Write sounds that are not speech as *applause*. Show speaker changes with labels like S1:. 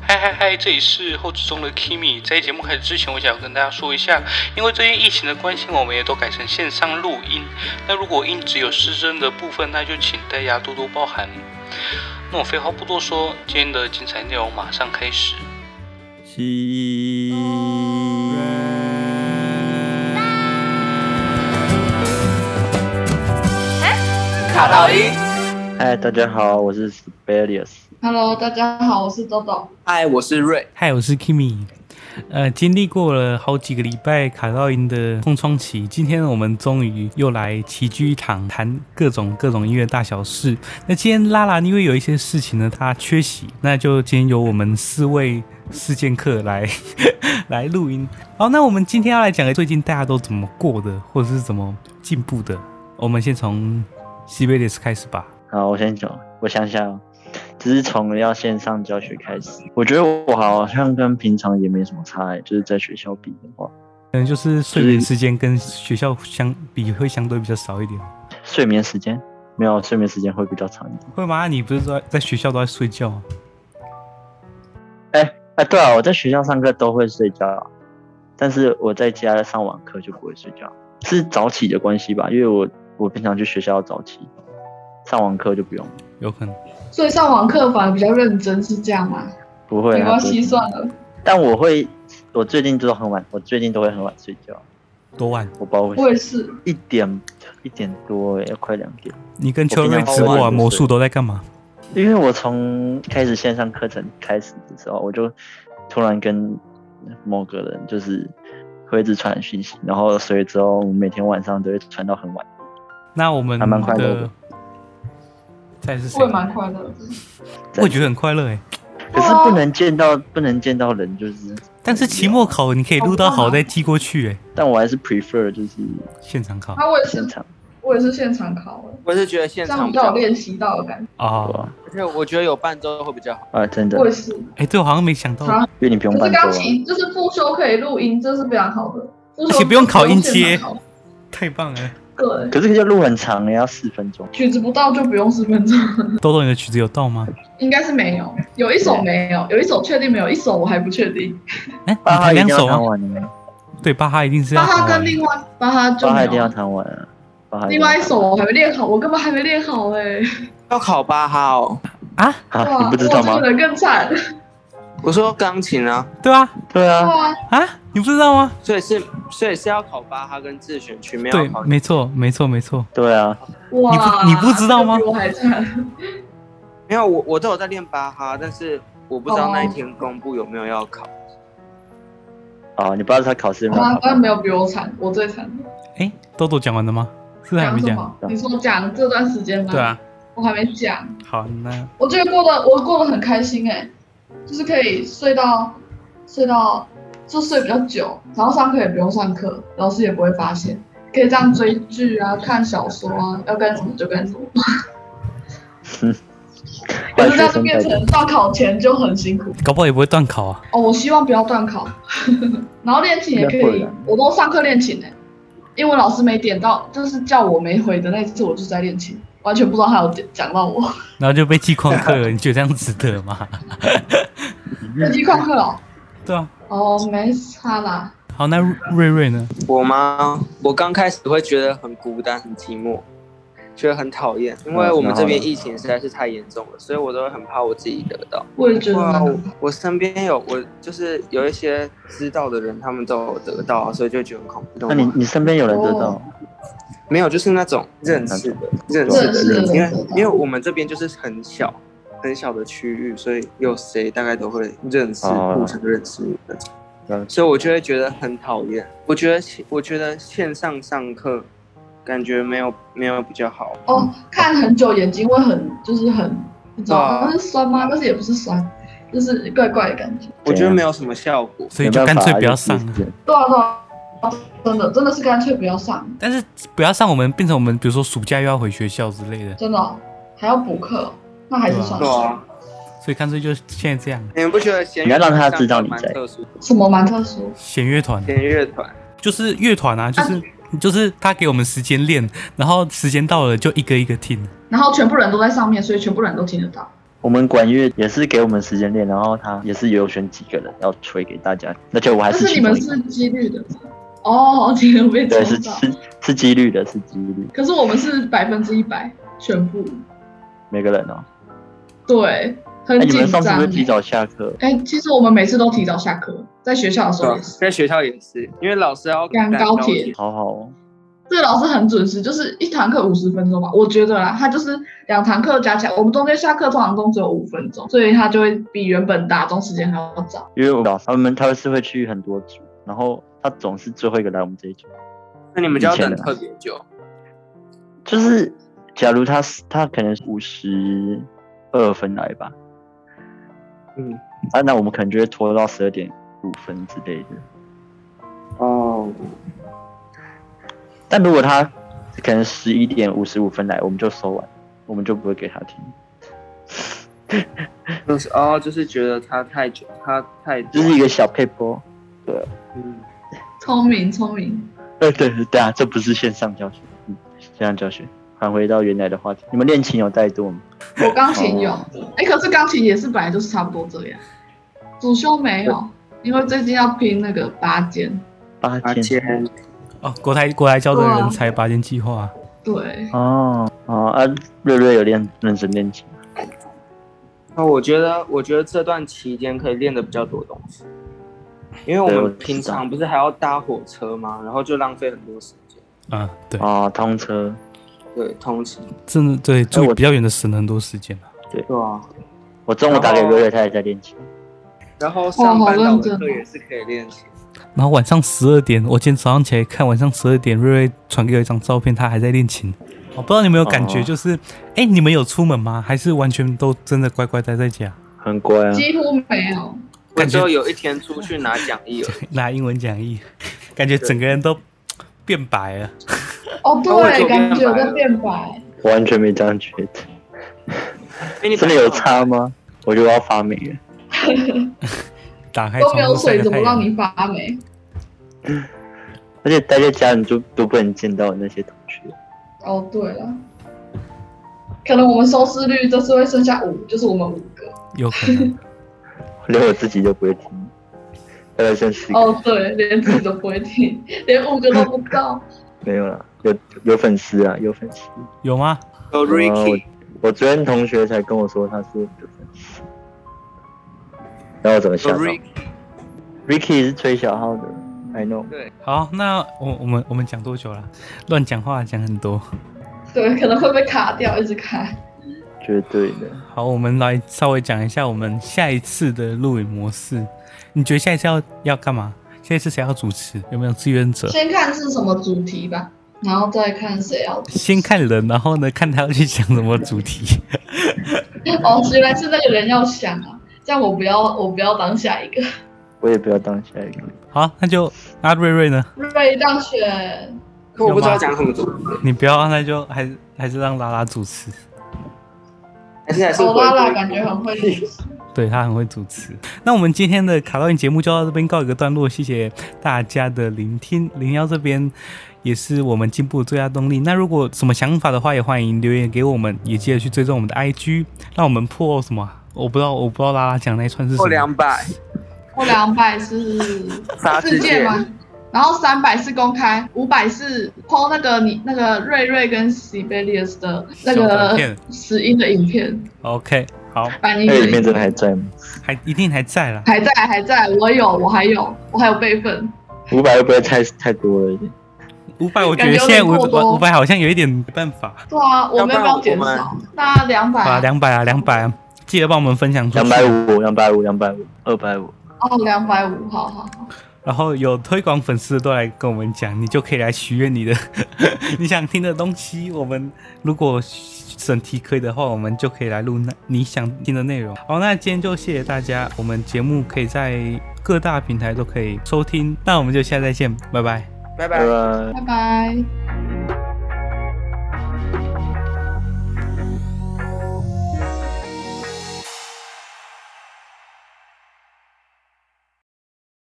S1: 嗨嗨嗨！这里是后置中的 Kimi。在节目开始之前，我想要跟大家说一下，因为最近疫情的关系，我们也都改成线上录音。那如果音质有失真的部分，那就请大家多多包涵。那我废话不多说，今天的精彩内容马上开始。
S2: 西
S3: 卡到音。
S2: 嗨，大家好，我是 Spelius。
S4: Hello，大家好，我是豆豆。
S3: 嗨，我是瑞。
S5: 嗨，我是 Kimi。呃，经历过了好几个礼拜卡到音的空窗期，今天我们终于又来齐聚一堂，谈各种各种音乐大小事。那今天拉拉因为有一些事情呢，她缺席，那就今天由我们四位四剑客来 *laughs* 来录音。好，那我们今天要来讲最近大家都怎么过的，或者是怎么进步的。我们先从西贝里斯开始吧。
S2: 好，我先讲，我想想，只是从要线上教学开始，我觉得我好像跟平常也没什么差、欸，就是在学校比的话，
S5: 可能就是睡眠时间跟学校相比会相对比较少一点，
S2: 睡眠时间没有，睡眠时间会比较长一点。
S5: 会吗？你不是说在学校都在睡觉啊？
S2: 哎、哎，对啊，我在学校上课都会睡觉，啊但是我在家上网课就不会睡觉，是早起的关系吧？因为我我平常去学校要早起，上网课就不用，
S5: 有可能。
S4: 所以上网课反而比较认真，是这样吗？
S2: 不会、
S4: 没
S2: 啊。
S4: 关
S2: 不会
S4: 系，算了。
S2: 但我会，我最近都很晚，我最近都会很晚睡觉，
S5: 多晚？
S2: 我包括
S4: 我也是，
S2: 一点一点多、欸，要快两点。
S5: 你跟秋瑞直播啊玩魔术都在干嘛？
S2: 因为我从开始线上课程开始的时候，我就突然跟某个人就是会一直传讯息，然后所以之后我每天晚上都会传到很晚。
S5: 那我们
S2: 还蛮快
S5: 的
S2: 乐的
S5: 再是谁
S4: 我？也蛮快乐的。
S5: 我也觉得很快乐哎，
S2: 可是
S4: 哦
S2: 不能见到不能见到人，就是
S5: 但是期末考你可以录到好再寄过去哎，
S2: 但我还是 prefer 就是
S5: 现场考
S4: 那、我也
S2: 现
S4: 是，
S2: 场，
S4: 我也是现场考的，
S3: 我是觉得现
S4: 这样
S3: 场
S4: 比
S3: 比
S4: 较
S3: 较
S4: 有，练习到的感觉。
S2: 对
S5: 哦
S2: 吧？
S3: 而且我觉得有伴奏会比较好。
S2: 啊，真的
S4: 我，也是，
S5: 哎，对我好像没想
S4: 好
S5: 到，
S2: 因为你不用
S4: 可
S2: 伴
S4: 是
S2: 奏
S4: 钢
S2: 啊。
S4: 琴就是复修可以录音，这是非常好的。复修
S5: 而且不用考音阶
S4: 不用现场考
S5: 太棒
S2: *laughs*
S5: 了！哎
S4: 对，
S2: 可是要录很长，要四分钟。
S4: 曲子不到就不用十分钟， *laughs*
S5: 豆豆你的曲子有到吗？
S4: 应该是没有，有一首没有，有一首确定没有，一首我还不确定。
S5: 哎，你
S2: 巴
S5: 弹
S2: 哈啊一
S5: 两
S2: 定要
S5: 首
S2: 弹
S5: 吗？
S2: 完啊，
S5: 对，巴哈一定是要
S4: 巴
S5: 弹
S4: 哈跟
S5: 完的。
S4: 另外巴哈就
S2: 巴哈一
S4: 没
S2: 定要
S4: 有，
S2: 弹完啊，巴哈一定
S4: 另
S2: 要
S4: 外一首我还没练好，我根本还没练好哎、
S3: 要考巴哈哦，
S5: 啊，
S2: 啊，
S4: 哇，
S2: 你不知道
S4: 哇
S2: 吗
S4: 这？个人更惨。
S3: 我说钢琴啊，
S5: 对啊
S2: 对啊，
S4: 哇，
S5: 啊，你不知道吗？
S3: 所以是所以是要考巴哈跟自选曲，没有
S5: 对
S3: 考，。
S5: 没错，没错，没错。
S2: 对啊，
S4: 哇
S5: 你不你不知道吗
S4: 这比我还
S5: *laughs*
S4: 惨，
S3: 没有，我我都有在练巴哈，但是我不知道那一天公布有没有要考。
S2: 哦，你不知道他考试有没有
S4: 他
S2: 考
S4: 他没有比我惨，我最惨。
S5: 哎，豆豆讲完了吗？是啊还没
S4: 什
S5: 讲？
S4: 么？你说讲这段时间吗？
S5: 对，啊，
S4: 我还没讲。
S5: 好，那
S4: 我觉得过得我过得很开心哎、就是可以睡到睡到就睡比较久，然后上课也不用上课，老师也不会发现，可以这样追剧啊、看小说啊，要干什么就干什么。可
S2: 坏学
S4: 是这样就
S2: 生
S4: 变
S2: 代表
S4: 成到考前就很辛苦。
S5: 搞不好也不会断考啊。
S4: 哦，我希望不要断考， *laughs* 然后练琴也可
S2: 那会
S4: 以
S2: 啦，
S4: 我都上课练琴呢、英文老师没点到，就是叫我没回的那次，我就是在练琴，完全不知道他有点讲到我。
S5: 然后就被记旷
S2: *laughs*
S5: 课了，你觉得这样值得吗？
S3: 嗯
S4: 飞机旷课了，
S5: 对啊。
S4: 哦，没差啦。
S5: 好，那瑞瑞呢？
S3: 我吗？我刚开始会觉得很孤单、很寂寞，觉得很讨厌，因为
S2: 嗯
S3: 我们这边
S2: 然后呢
S3: 疫情实在是太严重了，所以我都会很怕我自己得到。
S4: 我也觉得
S3: 哇，
S4: 蛮
S3: 我我身边有我就是有一些知道的人，他们都有得到啊，所以就觉得很恐怖。
S2: 那你你身边有人得到
S4: 哦？
S3: 没有，就是那种认识的、认识
S4: 认识
S3: 的
S4: 的
S3: 人，因为
S4: 人
S3: 因为我们这边就是很小很小的区域，所以有谁大概都会认识，
S2: 哦
S3: 互相认识那种
S2: 了。解
S3: 所以我就会觉得很讨厌。我觉得线我觉得线上上课感觉没有没有比较好。
S4: 哦，看很久眼睛会很就是很，你知道
S3: 对啊
S4: 吗？那是酸吗？但是也不是酸，就是怪怪的感觉。
S3: 我觉得没有什么效果。
S5: 所以就干脆不要上了。
S4: 对啊对啊，真的真的是干脆不要上，
S5: 但是不要上，我们变成我们，比如说暑假又要回学校之类的，
S4: 真的哦、还要补课哦，那还是算
S3: 对
S4: 了。
S3: 啊，
S5: 所以干脆就现在这样。
S3: 你们不觉得弦
S2: 你要让他
S3: 乐团
S2: 知道你
S3: 蛮
S2: 在
S3: 特殊的，
S4: 什么蛮特殊？
S5: 弦乐团
S3: 弦乐团
S5: 就是乐团啊，就是就是他给我们时间练，然后时间到了就一个一个听。
S4: 然后全部人都在上面，所以全部人都听得到。
S2: 我们管乐也是给我们时间练，然后他也是有选几个人要吹给大家，而且我还
S4: 但是
S2: 其
S4: 你
S2: 中
S4: 们
S2: 一个
S4: 是。几率的哦， *laughs* 我天，我被
S2: 对，
S4: 抽
S2: 是
S4: 到。
S2: 是是几率的，是几率，
S4: 可是我们是百分之一百全部，
S2: 每个人哦。
S4: 对，很
S2: 哎，你
S4: 紧
S2: 们上次
S4: 张
S2: 不
S4: 欸。
S2: 是提早下课？
S4: 哎、其实我们每次都提早下课，在学校的时
S3: 对
S4: 候
S3: 啊
S4: 也是。
S3: 在学校也是，因为老师要
S4: 赶高铁，
S2: 好好哦，
S4: 这个老师很准时，就是一堂课五十分钟吧，我觉得啦，他就是两堂课加起来，我们中间下课通常都只有五分钟，所以他就会比原本打钟时间还要早。
S2: 因为我老他们他是会去很多组，然后他总是最后一个来我们这一组。
S3: 那你们就要
S2: 以前
S3: 等
S2: 的
S3: 特别久。
S2: 就是假如他是他可能五十二分来吧，
S3: 嗯，
S2: 啊，那我们可能就会拖到十二点五分之类的。
S3: 哦，
S2: 但如果他可能十一点五十五分来，我们就收完，我们就不会给他听。
S3: 就是哦，就是觉得他太久，他太就
S2: 这、
S3: 是
S2: 一个小配波。
S3: 嗯，
S4: 聪明，聪明。
S2: *laughs* 对对对啊，这不是线上教学，嗯，线上教学。返回到原来的话题，你们练琴有怠惰吗？
S4: *laughs* 我钢琴有，哎、可是钢琴也是本来就是差不多这样。主修没有，因为最近要拼那个拔尖。
S2: 八
S3: 八
S2: 千
S3: 千，
S5: 哦，国台国台教的
S4: 对啊
S5: 人才拔尖计划啊，
S4: 对，
S2: 哦哦啊，瑞瑞有练认真练琴，
S3: 那哦我觉得，我觉得这段期间可以练的比较多东西，因为我
S2: 对我
S3: 们
S2: 知道
S3: 平常不是还要搭火车吗？然后就浪费很多时间，
S5: 嗯，对，
S2: 哦，通车，
S3: 对，通勤，
S5: 真的对住
S2: 我
S5: 比较远的省了很多时间啊
S3: 对啊。
S2: 我中午打给瑞瑞，他也在练琴。
S3: 然后上班
S4: 哇好
S3: 到
S4: 认真
S3: 的
S4: 哦
S3: 课也是可以练琴，
S5: 然后晚上十二点，我今天早上起来看，晚上十二点，瑞瑞传给我一张照片，他还在练琴。我不知道你们有感觉，
S2: 哦
S5: 就是，哎、你们有出门吗？还是完全都真的乖乖待在家？
S2: 很乖啊
S4: 几乎没有。
S3: 我
S5: 感觉
S3: 就有一天出去拿讲
S2: *laughs*
S3: 义了。
S5: 拿英文讲义， *laughs* 感觉整个人都变白了。
S4: 哦，
S3: 我也觉得
S4: 对，感觉我在
S3: 变
S4: 变白。
S2: 我完全没这样觉得。
S3: 哎你
S2: *laughs* 真的有差吗？我觉得我要发霉了。
S5: 打开
S4: 都
S5: 窗
S4: 没有
S5: 户晒
S4: 水，
S5: 个
S4: 怎
S5: 太
S4: 么让
S5: 阳。
S4: 你发霉？
S2: 而且待在家你就都不能见到那些同学。
S4: 哦，对了，可能我们收视率这次会剩下五，就是我们五个。
S5: 有可能，
S2: 连我自己都不会听，大概剩四个、
S4: 哦，对，连自己都不会听，连五个都不到。
S2: 没有了。有有粉丝啊，有粉丝。
S5: 有吗？
S3: 有
S2: 哦
S3: Ricky，
S2: 我昨天同学才跟我说他是我的粉丝，哦然后我怎
S3: 有
S2: 么想到
S3: Ricky，
S2: ？Ricky 是吹小号的，I know。
S5: 好，那我我们我们讲多久了？乱讲话讲很多。
S4: 对，可能会被卡掉，一直卡。
S2: 绝对的。
S5: 好，我们来稍微讲一下我们下一次的录影模式。你觉得下一次要要干嘛？下一次谁要主持？有没有志愿者？
S4: 先看是什么主题吧，然后再看谁要。
S5: 先看人，然后呢，看他要去讲什么主题。 *laughs*
S4: 哦，原来是那个人要想啊，这样我不要，我不要当下一个。
S2: 我也不要当下一个。
S5: 好，那就阿瑞瑞呢？
S4: 瑞当选，
S3: 可我不知道讲什么主题，
S5: 你不要，那就还是还是让拉拉主持。
S3: 还是还是
S4: 哦，
S3: 回
S4: 拉拉
S3: 归
S4: 感觉很会主持。
S5: 对他很会主持。那我们今天的卡洛琳节目就到这边告一个段落，谢谢大家的聆听。零幺这边也是我们进步的最大动力。那如果有什么想法的话，也欢迎留言给我们，也记得去追踪我们的 IG，让我们破什么啊？我不知道，我不知道拉拉讲那一串是什
S3: 过
S5: 么。
S3: 两百，
S4: 过两百是
S3: 杀
S4: 世
S3: 世
S4: 界
S3: 界
S4: 吗？然后三百是公开，五百是 PO 那个你那个瑞瑞跟 Sibelius 的那
S5: 小短
S4: 个
S5: 片
S4: 死因的影片，
S5: OK，好，
S4: 翻译
S2: 那
S4: 的
S2: 个
S4: 影
S2: 里面
S4: 片
S2: 真的还在吗？
S5: 还一定还在啦。
S4: 还在还在，我有我还有我还有备份，
S2: 五百会不会太太多了一点？
S5: 五百，我觉
S4: 感
S5: 得
S4: 觉有
S5: 现在
S4: 点
S5: 五
S4: 过多
S5: 五百好像有一点没办法。
S4: 对啊，我们要不要减
S3: 要不然
S4: 少？那两百
S5: 啊，两百啊，两百、啊，记得帮我们分享出去。
S2: 两百五，两百五，两百五，二百五。
S4: 哦，两百五，好好好，
S5: 然后有推广粉丝的都来跟我们讲，你就可以来许愿你的 *laughs* 你想听的东西。我们如果审题可以的话，我们就可以来录那你想听的内容。好，那今天就谢谢大家，我们节目可以在各大平台都可以收听，那我们就下次再见，拜拜。
S3: 拜
S2: 拜
S3: 拜。
S2: 拜。
S4: 拜拜。